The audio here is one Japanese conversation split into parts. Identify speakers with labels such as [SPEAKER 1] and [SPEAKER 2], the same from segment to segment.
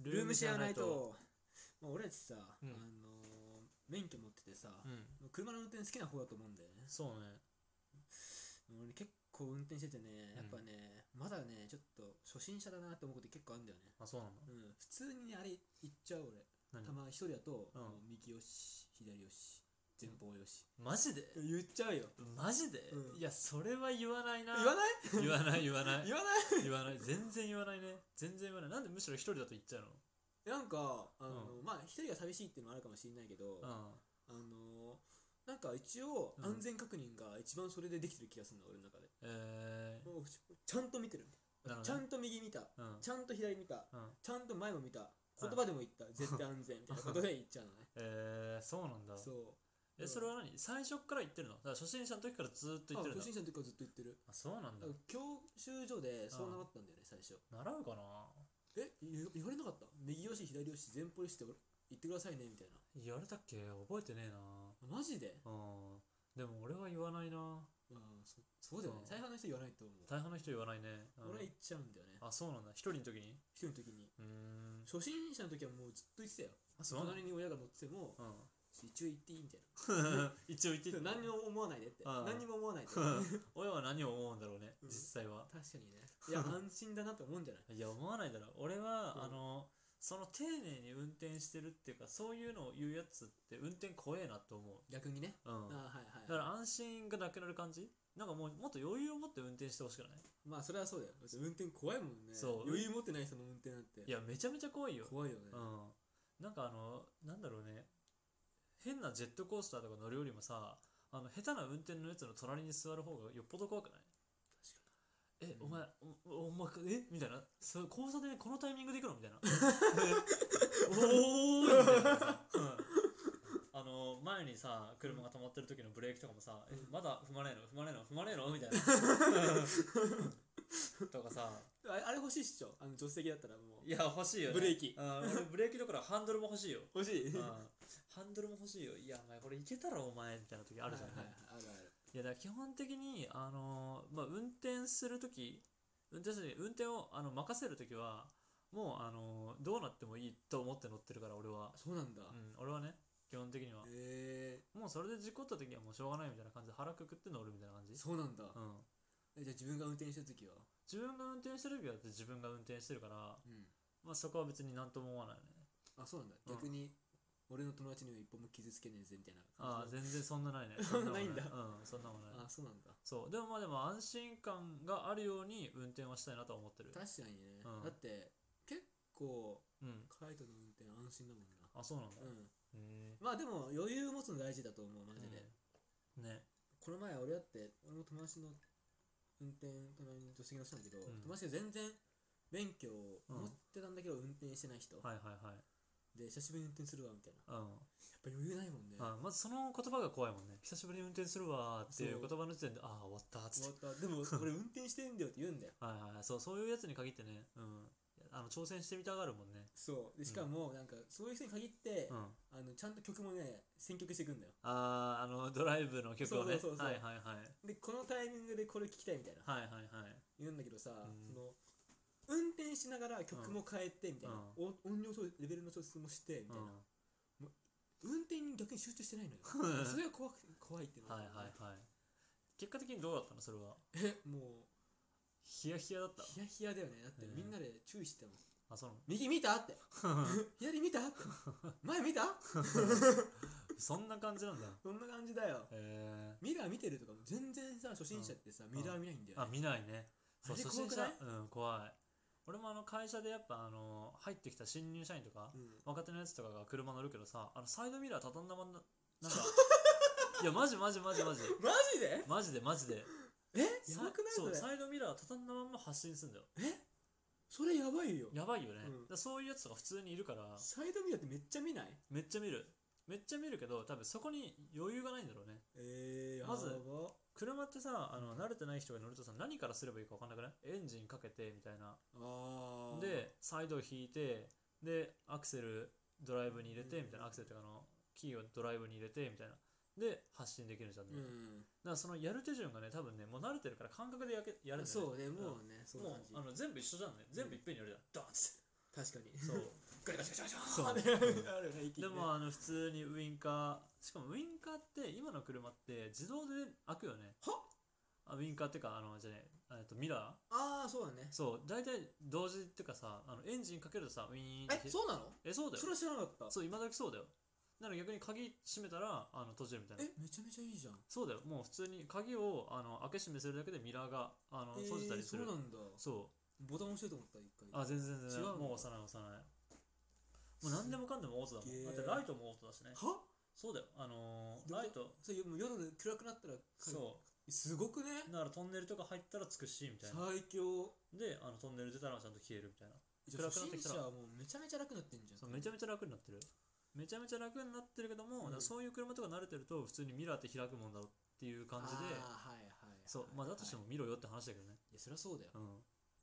[SPEAKER 1] ルームシェアナイ
[SPEAKER 2] ルーム
[SPEAKER 1] ト、まあ、俺たちさ、
[SPEAKER 2] うん
[SPEAKER 1] あの免許持ってて
[SPEAKER 2] シェ
[SPEAKER 1] さ、
[SPEAKER 2] アナイトうん
[SPEAKER 1] 車の運転好きな方だと思うんだよね
[SPEAKER 2] そうね
[SPEAKER 1] 俺結構運転しててね
[SPEAKER 2] うん
[SPEAKER 1] やっぱね、まだねちょっと初心者だなって思うこと結構あるんだよね、
[SPEAKER 2] あそうなんだ
[SPEAKER 1] うん、普通にねあれ行っちゃう俺
[SPEAKER 2] 何
[SPEAKER 1] たま一人だと、
[SPEAKER 2] うん
[SPEAKER 1] もう右よし左よし前方よし、
[SPEAKER 2] マジで
[SPEAKER 1] 言っちゃうよ
[SPEAKER 2] マジで、
[SPEAKER 1] うん
[SPEAKER 2] いやそれは言わないな
[SPEAKER 1] 言わない
[SPEAKER 2] 言わない言わない
[SPEAKER 1] 言わ
[SPEAKER 2] 言わな
[SPEAKER 1] ない
[SPEAKER 2] い全然言わないね全然言わないなんでむしろ一人だと言っちゃう
[SPEAKER 1] なんかあの、まあ一人が寂しいっていうのもあるかもしれないけ
[SPEAKER 2] の
[SPEAKER 1] ど、
[SPEAKER 2] うん
[SPEAKER 1] あのーなんか一応
[SPEAKER 2] うん
[SPEAKER 1] 安全確認が一番それでできてる気がするんだ、俺の中で
[SPEAKER 2] え
[SPEAKER 1] もうちちゃんと見てる
[SPEAKER 2] ー、なるほど
[SPEAKER 1] ちゃ
[SPEAKER 2] ね
[SPEAKER 1] んと右見た
[SPEAKER 2] うん
[SPEAKER 1] ちゃんと左見た
[SPEAKER 2] うん
[SPEAKER 1] ちゃんと前も見た言葉でも言った絶対安全みたいなことで言っちゃうのね
[SPEAKER 2] えー、そうなんだ
[SPEAKER 1] そ
[SPEAKER 2] えそれは何最初から言ってるのだから初心者の時からずっと
[SPEAKER 1] う
[SPEAKER 2] 言って
[SPEAKER 1] あ
[SPEAKER 2] るん
[SPEAKER 1] 初
[SPEAKER 2] だ
[SPEAKER 1] 心者の時からずっと言ってる
[SPEAKER 2] あそうなんだ
[SPEAKER 1] だから教習所でそうなったんだよね最初
[SPEAKER 2] 習うかな
[SPEAKER 1] え言言われなかった右よし左よし前方よしって俺言ってくださいねみたいな
[SPEAKER 2] 言われたっけ覚えてねえな
[SPEAKER 1] マジで
[SPEAKER 2] うんでも俺は言わないな
[SPEAKER 1] うんそそうだよね
[SPEAKER 2] うん
[SPEAKER 1] 大半の人言わないと思う
[SPEAKER 2] 大半の人言わないね、うん
[SPEAKER 1] 俺は言っちゃうんだよね
[SPEAKER 2] あそうなんだ一人の時に
[SPEAKER 1] 一人の時に
[SPEAKER 2] うーん
[SPEAKER 1] 初心者の時はもうずっと言ってたよ
[SPEAKER 2] あそうなんだ
[SPEAKER 1] 隣に親が乗ってても
[SPEAKER 2] うん
[SPEAKER 1] 一応言っていいみたいな
[SPEAKER 2] 一応言って
[SPEAKER 1] ちょっと何にも思わないでって
[SPEAKER 2] ああ
[SPEAKER 1] 何にも思わな いで確か
[SPEAKER 2] うん親は何を思うんだろうね、
[SPEAKER 1] うん
[SPEAKER 2] 実際は
[SPEAKER 1] にねいや安心だなって思うんじゃ ない
[SPEAKER 2] いや思わないだろ俺は、
[SPEAKER 1] うん
[SPEAKER 2] あのその丁寧に運転してるっていうかそういうのを言うやつって運転怖えなと思
[SPEAKER 1] 逆にね
[SPEAKER 2] う、うん、
[SPEAKER 1] ああ
[SPEAKER 2] だ
[SPEAKER 1] はいはい
[SPEAKER 2] から安心がなくなる感じなんかもうもっと余裕を持って運転してほしくない
[SPEAKER 1] まあそれはそうだよだって運転怖いもんね
[SPEAKER 2] そう
[SPEAKER 1] 余裕持ってない人の運転なんて
[SPEAKER 2] いやめちゃめちゃ怖いよ、
[SPEAKER 1] 怖いよね
[SPEAKER 2] うん、なんかあのなんだろうね変なジェットコースターとか乗るよりもさあの下手な運転のやつの隣に座る方がよっぽど怖くないえ、
[SPEAKER 1] うん
[SPEAKER 2] お前、おお前、えみたいな、そう交差点でこのタイミングで行くの みたいな。おおーいみたいなさ、うんあの、前にさ、車が止まってる時のブレーキとかもさ、え
[SPEAKER 1] うん
[SPEAKER 2] まだ踏まねえの踏まねえの踏まねえのみた いな。とかさ、
[SPEAKER 1] 確かにあれあれ欲しいっしょあの助手席だったらもう
[SPEAKER 2] いや、欲しいよ、ね。
[SPEAKER 1] ブレーキ
[SPEAKER 2] うん俺ブレーキどころかハンドルも欲しいよ。
[SPEAKER 1] 欲しい
[SPEAKER 2] うんハンドルも欲しいよ。いや、お前、これいけたらお前みたいな時あるじゃ
[SPEAKER 1] はい
[SPEAKER 2] ん
[SPEAKER 1] はいはいあるある
[SPEAKER 2] いやだから基本的に、あのーまあ、運転するとき、運転する時運転をあの任せるときは、もう、あのーどうなってもいいと思って乗ってるから、俺は
[SPEAKER 1] あ。そうなんだ
[SPEAKER 2] うん、俺はね、基本的には。
[SPEAKER 1] へ
[SPEAKER 2] もうそれで事故ったときはもうしょうがないみたいな感じで腹くくって乗るみたいな感じ。
[SPEAKER 1] えそうなんだ
[SPEAKER 2] うん、
[SPEAKER 1] えじゃあ自分が運転してる時は
[SPEAKER 2] 自分が運転してるときはだって自分が運転してるから、
[SPEAKER 1] うん
[SPEAKER 2] まあ、そこは別になんとも思わないね。
[SPEAKER 1] あそうなんだ
[SPEAKER 2] うん
[SPEAKER 1] 逆に俺の友達には一歩も傷つけねえぜみたいな
[SPEAKER 2] ああ、
[SPEAKER 1] 感じの
[SPEAKER 2] 全然そんなないね。
[SPEAKER 1] そん なないんだ
[SPEAKER 2] うん、そんなもんない。
[SPEAKER 1] あそうなんだ
[SPEAKER 2] そう、でもまあでも安心感があるように運転はしたいなとは思ってる。
[SPEAKER 1] 確かにね、
[SPEAKER 2] うん
[SPEAKER 1] だって結構
[SPEAKER 2] うん。
[SPEAKER 1] カイトの運転安心だもんな
[SPEAKER 2] あ、そうなんだ。
[SPEAKER 1] うん
[SPEAKER 2] へえ
[SPEAKER 1] まあでも余裕持つの大事だと思うマジで、
[SPEAKER 2] うんね
[SPEAKER 1] この前俺だって俺の友達の運転隣に助手席の人なんだけど、
[SPEAKER 2] うん
[SPEAKER 1] 友達が全然免許を持ってたんだけど運転してない人、
[SPEAKER 2] はいはいはい
[SPEAKER 1] で久しぶりに運転するわみたいなや
[SPEAKER 2] うん、
[SPEAKER 1] っぱ余裕ないもんね
[SPEAKER 2] あまずその言葉が怖いもんね久しぶりに運転するわーっていう
[SPEAKER 1] そう
[SPEAKER 2] 言葉の時点でああ終わったーっつっ
[SPEAKER 1] 終
[SPEAKER 2] て
[SPEAKER 1] わったでも俺運転してんだよって言うんだよ
[SPEAKER 2] はいはいはいそうそういうやつに限ってねうんあの挑戦してみたがるもんね
[SPEAKER 1] そうでしかもなんかそういう人に限って、
[SPEAKER 2] うん
[SPEAKER 1] あのちゃんと曲もね選曲していくんだよ
[SPEAKER 2] あーあのドライブの曲をね
[SPEAKER 1] そうそうそうそう
[SPEAKER 2] はいはいはい
[SPEAKER 1] でこのタイミングでこれ聴きたいみたいな
[SPEAKER 2] はいはいはい
[SPEAKER 1] 言うんだけどさ、
[SPEAKER 2] うん
[SPEAKER 1] その運転しながら曲も変えてみたいな、お音量調レベルの調節もしてみ
[SPEAKER 2] う
[SPEAKER 1] たい
[SPEAKER 2] ん
[SPEAKER 1] な、運転に逆に集中してないのよそれが怖く怖いっていうの
[SPEAKER 2] はいはいはい結果的にどうだったのそれは
[SPEAKER 1] えも
[SPEAKER 2] ヒヤヒヤだっ
[SPEAKER 1] う
[SPEAKER 2] た
[SPEAKER 1] ヒヤヒヤだよねだって
[SPEAKER 2] うん
[SPEAKER 1] みんなで注意してたもん、
[SPEAKER 2] あそうな
[SPEAKER 1] 右見たって左見たって前見た
[SPEAKER 2] のそんな感じなんだ
[SPEAKER 1] そんな感じだよ
[SPEAKER 2] へえ
[SPEAKER 1] ミラー見てるとかも全然さ初心者ってさ、
[SPEAKER 2] ん
[SPEAKER 1] ミラー見ないんだよ
[SPEAKER 2] あ
[SPEAKER 1] ね、
[SPEAKER 2] 見ないねそう
[SPEAKER 1] あれ
[SPEAKER 2] 初心
[SPEAKER 1] 怖くな
[SPEAKER 2] 者
[SPEAKER 1] い
[SPEAKER 2] うん怖い俺もあの会社でやっぱあの入ってきた新入社員とか、
[SPEAKER 1] うん
[SPEAKER 2] 若手のやつとかが車乗るけどさあのサイドミラー畳んだまんな なんかいやマジマジマジマジ
[SPEAKER 1] マジで
[SPEAKER 2] マジでマジで
[SPEAKER 1] えやばくない
[SPEAKER 2] そ
[SPEAKER 1] そうれ
[SPEAKER 2] サイドミラー畳んだまんま発進するんだよ
[SPEAKER 1] それやばいよ
[SPEAKER 2] やばいよね、
[SPEAKER 1] うん
[SPEAKER 2] だからそういうやつとか普通にいるから
[SPEAKER 1] サイドミラーってめっちゃ見ない
[SPEAKER 2] めっちゃ見るめっちゃ見るけど多分そこに余裕がないんだろうね
[SPEAKER 1] えー、
[SPEAKER 2] まず
[SPEAKER 1] やば
[SPEAKER 2] 車ってさあの
[SPEAKER 1] うん
[SPEAKER 2] 慣れてない人が乗るとさ何からすればいいか分かんなくないエンジンかけてみたいな
[SPEAKER 1] あー
[SPEAKER 2] でサイドを引いてでアクセルドライブに入れて
[SPEAKER 1] うん
[SPEAKER 2] みたいなアクセルとかのキーをドライブに入れてみたいなで発信できるじゃん、ねだか
[SPEAKER 1] うん
[SPEAKER 2] らそのやる手順がね多分ねもう慣れてるから感覚でやけやるんだよ
[SPEAKER 1] そうねもうね、そ
[SPEAKER 2] ね
[SPEAKER 1] う
[SPEAKER 2] も
[SPEAKER 1] いう感じ
[SPEAKER 2] うあの全部一緒じゃんね全部いっぺんにやるじゃん、ドーンっつって
[SPEAKER 1] 確かに
[SPEAKER 2] そう
[SPEAKER 1] ガリガリガリガリガリ
[SPEAKER 2] そう
[SPEAKER 1] あれ
[SPEAKER 2] うん
[SPEAKER 1] あるよね息 ね
[SPEAKER 2] でもあの普通にウインカーしかもウインカーって今の車って自動で開くよね
[SPEAKER 1] は
[SPEAKER 2] あウインカーってかあのじゃねえっとミラ
[SPEAKER 1] ああそうだね
[SPEAKER 2] ーそう大体同時ってかさあのエンジンかけるとさウィーンって
[SPEAKER 1] えそうなの
[SPEAKER 2] えそうだよ
[SPEAKER 1] それは知らなかった
[SPEAKER 2] そう今時そうだよなので逆に鍵閉めたらあの閉じるみたいな
[SPEAKER 1] えめちゃめちゃいいじゃん
[SPEAKER 2] そうだよもう普通に鍵をあの開け閉めするだけでミラーがあの
[SPEAKER 1] えー
[SPEAKER 2] 閉じたりする、
[SPEAKER 1] そうなんだ
[SPEAKER 2] そう
[SPEAKER 1] ボタン押してると思った一回
[SPEAKER 2] あ全然全然
[SPEAKER 1] 違うの
[SPEAKER 2] もう押さない押さないもう何でもかんでもオートだも
[SPEAKER 1] すっげ
[SPEAKER 2] ん
[SPEAKER 1] ー
[SPEAKER 2] だってライトもオートだしね
[SPEAKER 1] は
[SPEAKER 2] そうだよあのー
[SPEAKER 1] どう
[SPEAKER 2] ライト
[SPEAKER 1] それもう夜の暗くなったら
[SPEAKER 2] そう
[SPEAKER 1] すごくね
[SPEAKER 2] うだからトンネルとか入ったらつくしみたいな
[SPEAKER 1] 最強
[SPEAKER 2] であのトンネル出たらちゃんと消えるみたいな
[SPEAKER 1] じゃあ
[SPEAKER 2] 暗くなって
[SPEAKER 1] 初
[SPEAKER 2] き
[SPEAKER 1] 心
[SPEAKER 2] たら
[SPEAKER 1] 者はもうめちゃめちゃ楽になってんじゃん
[SPEAKER 2] そうめちゃめちゃ楽になってるめちゃめちゃ楽になってるけども、
[SPEAKER 1] うん
[SPEAKER 2] だからそういう車とか慣れてると普通にミラーって開くもんだろうっていう感じで
[SPEAKER 1] あーはいはいはい
[SPEAKER 2] そうまあだとしても
[SPEAKER 1] はい
[SPEAKER 2] 見ろよって話だけどね、
[SPEAKER 1] いやそりゃそうだよ
[SPEAKER 2] うん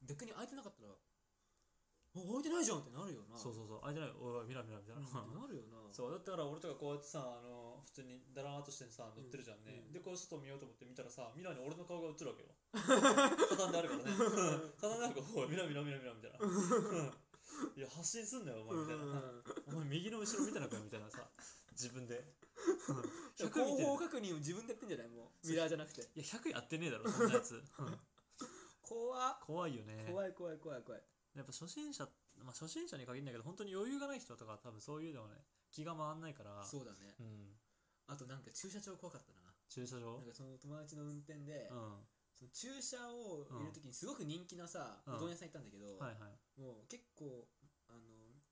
[SPEAKER 1] 逆に開いてなかったらあ開いてないじゃんってなるよな
[SPEAKER 2] そうそうそう開いてないおいおいミラーミラーみたいな、
[SPEAKER 1] うんなるよな
[SPEAKER 2] そうだったから俺とかこうやってさあの普通にだらーっとしてさ乗ってるじゃんね、
[SPEAKER 1] うん
[SPEAKER 2] でこう外見ようと思って見たらさミラーに俺の顔が映るわ けよ畳んであるからね 畳んであるからおいミラーミラーミラーミラーみたいないや発信すんなよお前みたいな、
[SPEAKER 1] うん
[SPEAKER 2] お前右の後ろ見てなくないみたいなさ自分で100見てる
[SPEAKER 1] 後方確認を自分でやってんじゃないもうミラーじゃなくて
[SPEAKER 2] いや100やってねえだろそんなやつうん
[SPEAKER 1] 怖っ
[SPEAKER 2] 怖いよね
[SPEAKER 1] 怖い怖い怖い怖い
[SPEAKER 2] やっぱ初心者、まあ、初心者に限るんだけど本当に余裕がない人とかは多分そういうのはね気が回んないから
[SPEAKER 1] そうだね
[SPEAKER 2] うん、
[SPEAKER 1] あとなんか駐車場怖かったな
[SPEAKER 2] 駐車場
[SPEAKER 1] なんかその友達の運転で、
[SPEAKER 2] うん
[SPEAKER 1] その駐車を入れるときにすごく人気なさ、
[SPEAKER 2] うん
[SPEAKER 1] うどん屋さん行ったんだけど、
[SPEAKER 2] はいはい
[SPEAKER 1] もう結構あの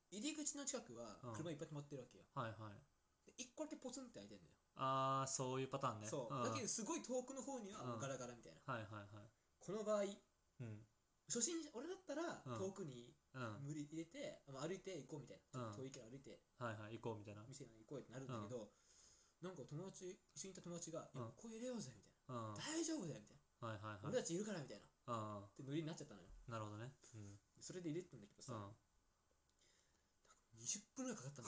[SPEAKER 1] 入り口の近くは
[SPEAKER 2] うん
[SPEAKER 1] 車いっぱい止まってるわけよ、
[SPEAKER 2] はいはい
[SPEAKER 1] で1個だけポツンって開いてんだよ、
[SPEAKER 2] ああそういうパターンね
[SPEAKER 1] そう、
[SPEAKER 2] ん、
[SPEAKER 1] だけどすごい遠くの方には
[SPEAKER 2] うん
[SPEAKER 1] ガラガラみたいな、
[SPEAKER 2] はいはいはい
[SPEAKER 1] この場合
[SPEAKER 2] うん
[SPEAKER 1] 初心者俺だったら
[SPEAKER 2] うん
[SPEAKER 1] 遠くに
[SPEAKER 2] うん
[SPEAKER 1] 無理入れて、まあ歩いて行こうみたいな、
[SPEAKER 2] うん
[SPEAKER 1] 遠いから歩いて
[SPEAKER 2] はいはい行こうみたいな
[SPEAKER 1] 店に行こうってなるんだけど、なんか友達一緒にいた友達が「いや
[SPEAKER 2] うん
[SPEAKER 1] ここ入れようぜ」みたい
[SPEAKER 2] うんは
[SPEAKER 1] な「大丈夫だよ」みたい
[SPEAKER 2] いはい
[SPEAKER 1] な「
[SPEAKER 2] はい
[SPEAKER 1] 俺たちいるから」みたいなっ
[SPEAKER 2] あ
[SPEAKER 1] てノリになっちゃったのよ
[SPEAKER 2] あなるほどねうん
[SPEAKER 1] それで入れてたんだけどさ、
[SPEAKER 2] うん
[SPEAKER 1] 20分ぐらいかかったの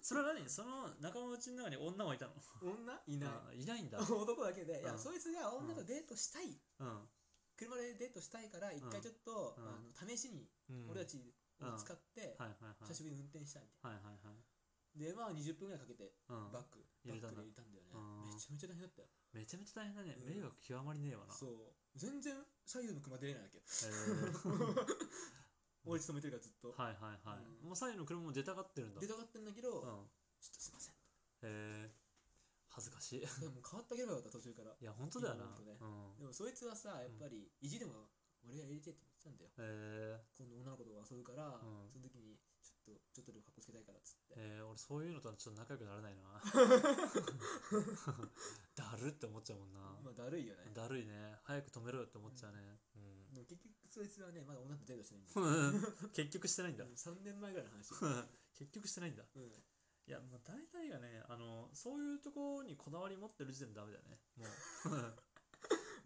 [SPEAKER 2] それは何その仲間内の中に女はいたの
[SPEAKER 1] 女い
[SPEAKER 2] い
[SPEAKER 1] ない
[SPEAKER 2] いいないんだ
[SPEAKER 1] 男だけで、いうや
[SPEAKER 2] ん
[SPEAKER 1] そいつが女とデートしたい、
[SPEAKER 2] うん、
[SPEAKER 1] 車でデートしたいから一回ちょっと、
[SPEAKER 2] うん
[SPEAKER 1] あの試しに
[SPEAKER 2] うん、
[SPEAKER 1] 俺たちを使って、
[SPEAKER 2] はいはいはい
[SPEAKER 1] 久しぶりに運転したいみ
[SPEAKER 2] はいはいはい
[SPEAKER 1] たいなでまあ20分ぐらいかけて
[SPEAKER 2] うん
[SPEAKER 1] バック、
[SPEAKER 2] 入れた
[SPEAKER 1] バ
[SPEAKER 2] ん
[SPEAKER 1] ッ
[SPEAKER 2] だ
[SPEAKER 1] クで入れたんだよね
[SPEAKER 2] うん
[SPEAKER 1] めちゃめちゃ大変だったよ
[SPEAKER 2] めちゃめちゃ大変だね、
[SPEAKER 1] うん
[SPEAKER 2] 迷惑極まりねえわな
[SPEAKER 1] そう全然左右の車出れない わけよ
[SPEAKER 2] へー
[SPEAKER 1] 俺勤めてるからずっと、
[SPEAKER 2] はいはいはい、
[SPEAKER 1] うん
[SPEAKER 2] もう左右の車も出たがってるんだ
[SPEAKER 1] 出たがってんだけど、
[SPEAKER 2] うん
[SPEAKER 1] ちょっ
[SPEAKER 2] へ
[SPEAKER 1] とすいません
[SPEAKER 2] え恥ずかしいい
[SPEAKER 1] でも変わってあげればよかった途中から
[SPEAKER 2] や本当だよな、
[SPEAKER 1] 本当ね
[SPEAKER 2] うん
[SPEAKER 1] でもそいつはさやっぱり意地でも俺が入れてって言ってたんだよ
[SPEAKER 2] へえ
[SPEAKER 1] 今度女の子と遊ぶから、
[SPEAKER 2] うん
[SPEAKER 1] その時にちょっとちょっとでも格好つけたいからっつって
[SPEAKER 2] えー、俺そういうのとはちょっと仲良くならないなだるって思っちゃうもんな、
[SPEAKER 1] まあだるいよね
[SPEAKER 2] だるいね早く止めろよって思っちゃうね、うん
[SPEAKER 1] でも結局そいつはねまだ女とデートしてないんだ
[SPEAKER 2] 結局してないんだ
[SPEAKER 1] 3年前ぐらいの話
[SPEAKER 2] 結局してないんだ
[SPEAKER 1] うん
[SPEAKER 2] いや、まあ、大体がねあのそういうところにこだわり持ってる時点でダメだよね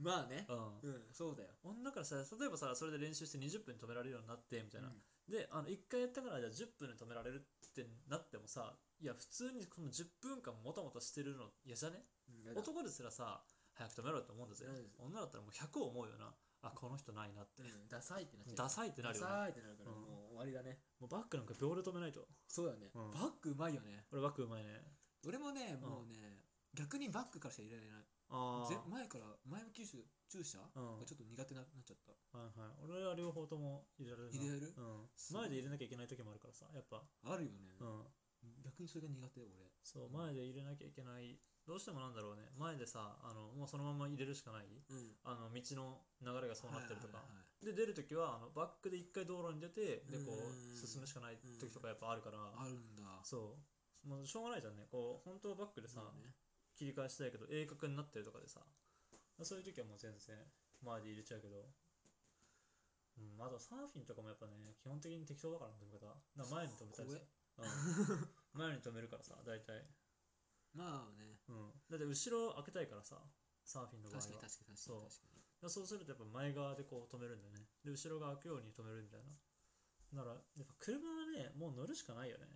[SPEAKER 1] まあね
[SPEAKER 2] もう、うん
[SPEAKER 1] うんそうだよ
[SPEAKER 2] 女からさ例えばさそれで練習して20分止められるようになってみたいな、であの1回やったからじゃあ10分で止められるってなってもさいや普通にこの10分間もたもたしてるの嫌じゃね
[SPEAKER 1] うんやだ
[SPEAKER 2] 男ですらさ早く止めろよって思うんだぜ
[SPEAKER 1] うん
[SPEAKER 2] 女だったらもう100を思うよなあこの人ないなって
[SPEAKER 1] うんダサいってなっちゃう
[SPEAKER 2] ダサいってなるよね
[SPEAKER 1] ダサいってなるから
[SPEAKER 2] うん
[SPEAKER 1] もう終わりだね
[SPEAKER 2] もうバックなんか秒で止めないと
[SPEAKER 1] そうだね
[SPEAKER 2] う
[SPEAKER 1] バ
[SPEAKER 2] ん
[SPEAKER 1] ックうまいよね
[SPEAKER 2] 俺バックうまいね
[SPEAKER 1] 俺もねもうね逆にバックからしか入れられない
[SPEAKER 2] あ
[SPEAKER 1] ぜ
[SPEAKER 2] あ
[SPEAKER 1] 前から前向き駐車が
[SPEAKER 2] うん
[SPEAKER 1] ちょっと苦手になっちゃった
[SPEAKER 2] はいはい、俺は両方とも入れられるな
[SPEAKER 1] 入れられる
[SPEAKER 2] うん、
[SPEAKER 1] すごい
[SPEAKER 2] 前で入れなきゃいけない時もあるからさやっぱ、
[SPEAKER 1] あるよ
[SPEAKER 2] う
[SPEAKER 1] ね
[SPEAKER 2] ん、
[SPEAKER 1] 逆にそれが苦手俺
[SPEAKER 2] そう前で入れなきゃいけないどうしてもなんだろうね前でさあのもうそのまま入れるしかない
[SPEAKER 1] うん
[SPEAKER 2] あの道の流れがそうなってるとか、
[SPEAKER 1] はいはいは
[SPEAKER 2] で
[SPEAKER 1] い
[SPEAKER 2] 出る時はあのバックで一回道路に出てでこ
[SPEAKER 1] うん
[SPEAKER 2] う進むしかない時とかやっぱあるから
[SPEAKER 1] あるんだ
[SPEAKER 2] そうもうしょうがないじゃんねこう本当はバックでさ、
[SPEAKER 1] まあね
[SPEAKER 2] 切り返したいけど鋭角になってるとかでさそういう時はもう全然前で入れちゃうけど、うん、あとサーフィンとかもやっぱね基本的に適当だからね止め方な前に止めたりさ、うん、前に止めるからさ大体、
[SPEAKER 1] まあね
[SPEAKER 2] うん、だって後ろ開けたいからさサーフィンの場合は
[SPEAKER 1] 確かに確かに確かに
[SPEAKER 2] そう
[SPEAKER 1] 確かに
[SPEAKER 2] だそうするとやっぱ前側でこう止めるんだよねで後ろ側開くように止めるみたいなだからやっぱ車はねもう乗るしかないよね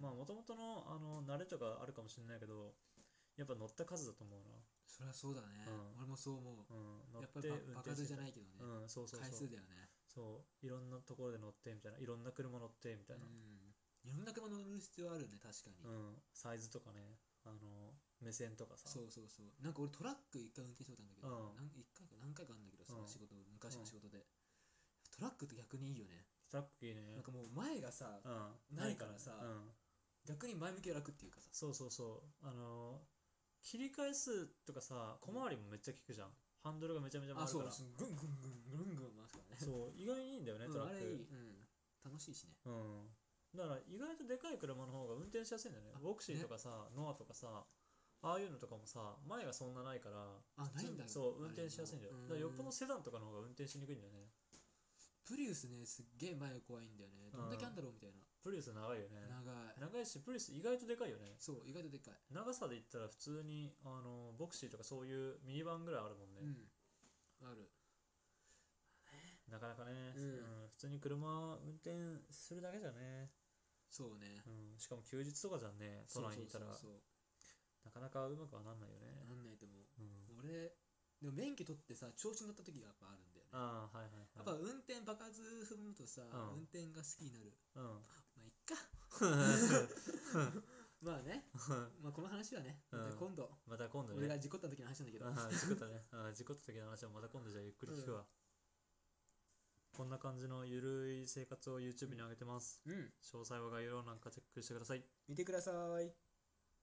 [SPEAKER 1] うん
[SPEAKER 2] まあもともとのあの慣れとかあるかもしれないけどやっぱ乗った数だと思う
[SPEAKER 1] そりゃそうだね
[SPEAKER 2] うん
[SPEAKER 1] 俺もそう思
[SPEAKER 2] な、うん、乗
[SPEAKER 1] うや
[SPEAKER 2] っ
[SPEAKER 1] っぱ
[SPEAKER 2] て
[SPEAKER 1] り
[SPEAKER 2] 運
[SPEAKER 1] バ
[SPEAKER 2] 転
[SPEAKER 1] カ
[SPEAKER 2] して
[SPEAKER 1] じゃないけど
[SPEAKER 2] うん
[SPEAKER 1] ね
[SPEAKER 2] そうそうそう
[SPEAKER 1] 回数だよね
[SPEAKER 2] そういろんなところで乗ってみたいないろんな車乗ってみたいな、
[SPEAKER 1] うんいろんな車乗る必要あるね確かに、
[SPEAKER 2] うん、サイズとかねあの目線とかさ
[SPEAKER 1] そうそうそうなんか俺トラック一回運転したことあるんだけど、
[SPEAKER 2] うん
[SPEAKER 1] なん一回か何回かあるんだけどその
[SPEAKER 2] うん
[SPEAKER 1] 仕事、昔の仕事で、トラックって逆にいいよね、
[SPEAKER 2] トラックいいね
[SPEAKER 1] なんかもう前がさ、
[SPEAKER 2] うん、
[SPEAKER 1] ないからさ
[SPEAKER 2] うん、
[SPEAKER 1] 逆に前向きが楽っていうかさ
[SPEAKER 2] そうそうそうあの切り返すとかさ小回りもめっちゃ効くじゃんハンドルがめちゃめちゃ回
[SPEAKER 1] あ
[SPEAKER 2] る
[SPEAKER 1] そ
[SPEAKER 2] か
[SPEAKER 1] う
[SPEAKER 2] ら
[SPEAKER 1] そうぐんぐんぐんぐんぐん回すからね
[SPEAKER 2] そう意外にいいんだよね
[SPEAKER 1] うん
[SPEAKER 2] トラッ
[SPEAKER 1] あ
[SPEAKER 2] ク
[SPEAKER 1] れいい、うん、楽しいしね
[SPEAKER 2] うんだから意外とでかい車の方が運転しやすいんだよね
[SPEAKER 1] あ
[SPEAKER 2] ボクシーとかさ、ノアとかさああいうのとかもさ前がそんなないから
[SPEAKER 1] あないんだよ
[SPEAKER 2] そう運転しやすいんだよ
[SPEAKER 1] あれも
[SPEAKER 2] だからよっぽ
[SPEAKER 1] う
[SPEAKER 2] ど
[SPEAKER 1] ん
[SPEAKER 2] セダンとかの方が運転しにくいんだよね
[SPEAKER 1] プリウスねすっげえ前が怖いんだよねどんだけあんだろうみたいな、
[SPEAKER 2] プリウス長いよね
[SPEAKER 1] 長い
[SPEAKER 2] 長いしプリウス意外とでかいよね
[SPEAKER 1] そう意外とでっかい、
[SPEAKER 2] 長さで言ったら普通にあのボクシーとかそういうミニバンぐらいあるもんね、
[SPEAKER 1] うんある
[SPEAKER 2] なかなかね、
[SPEAKER 1] うん
[SPEAKER 2] 普通に車運転するだけじゃね、
[SPEAKER 1] そうね
[SPEAKER 2] うん、しかも休日とかじゃんね都内にいたら
[SPEAKER 1] そうそうそう
[SPEAKER 2] なかなかうまくはなんないよね、
[SPEAKER 1] そうなんないと思う
[SPEAKER 2] うん
[SPEAKER 1] 俺でも免許取ってさ調子に乗った時がやっぱあるんだよね
[SPEAKER 2] ああはいはいはい
[SPEAKER 1] やっぱ運転爆発踏むとさ、
[SPEAKER 2] うん
[SPEAKER 1] 運転が好きになる
[SPEAKER 2] うん
[SPEAKER 1] まあいっ か まあね、まあ、この話はね、
[SPEAKER 2] うん
[SPEAKER 1] また今度、
[SPEAKER 2] また今度
[SPEAKER 1] 俺が
[SPEAKER 2] ね
[SPEAKER 1] 事故った時の話なんだけど、
[SPEAKER 2] ああ事故ったねああ事故った時の話はまた今度じゃあゆっくり聞くわ、こんな感じのゆるい生活を YouTube に上げてます
[SPEAKER 1] うん
[SPEAKER 2] 詳細は概要欄なんかチェックしてください
[SPEAKER 1] 見てください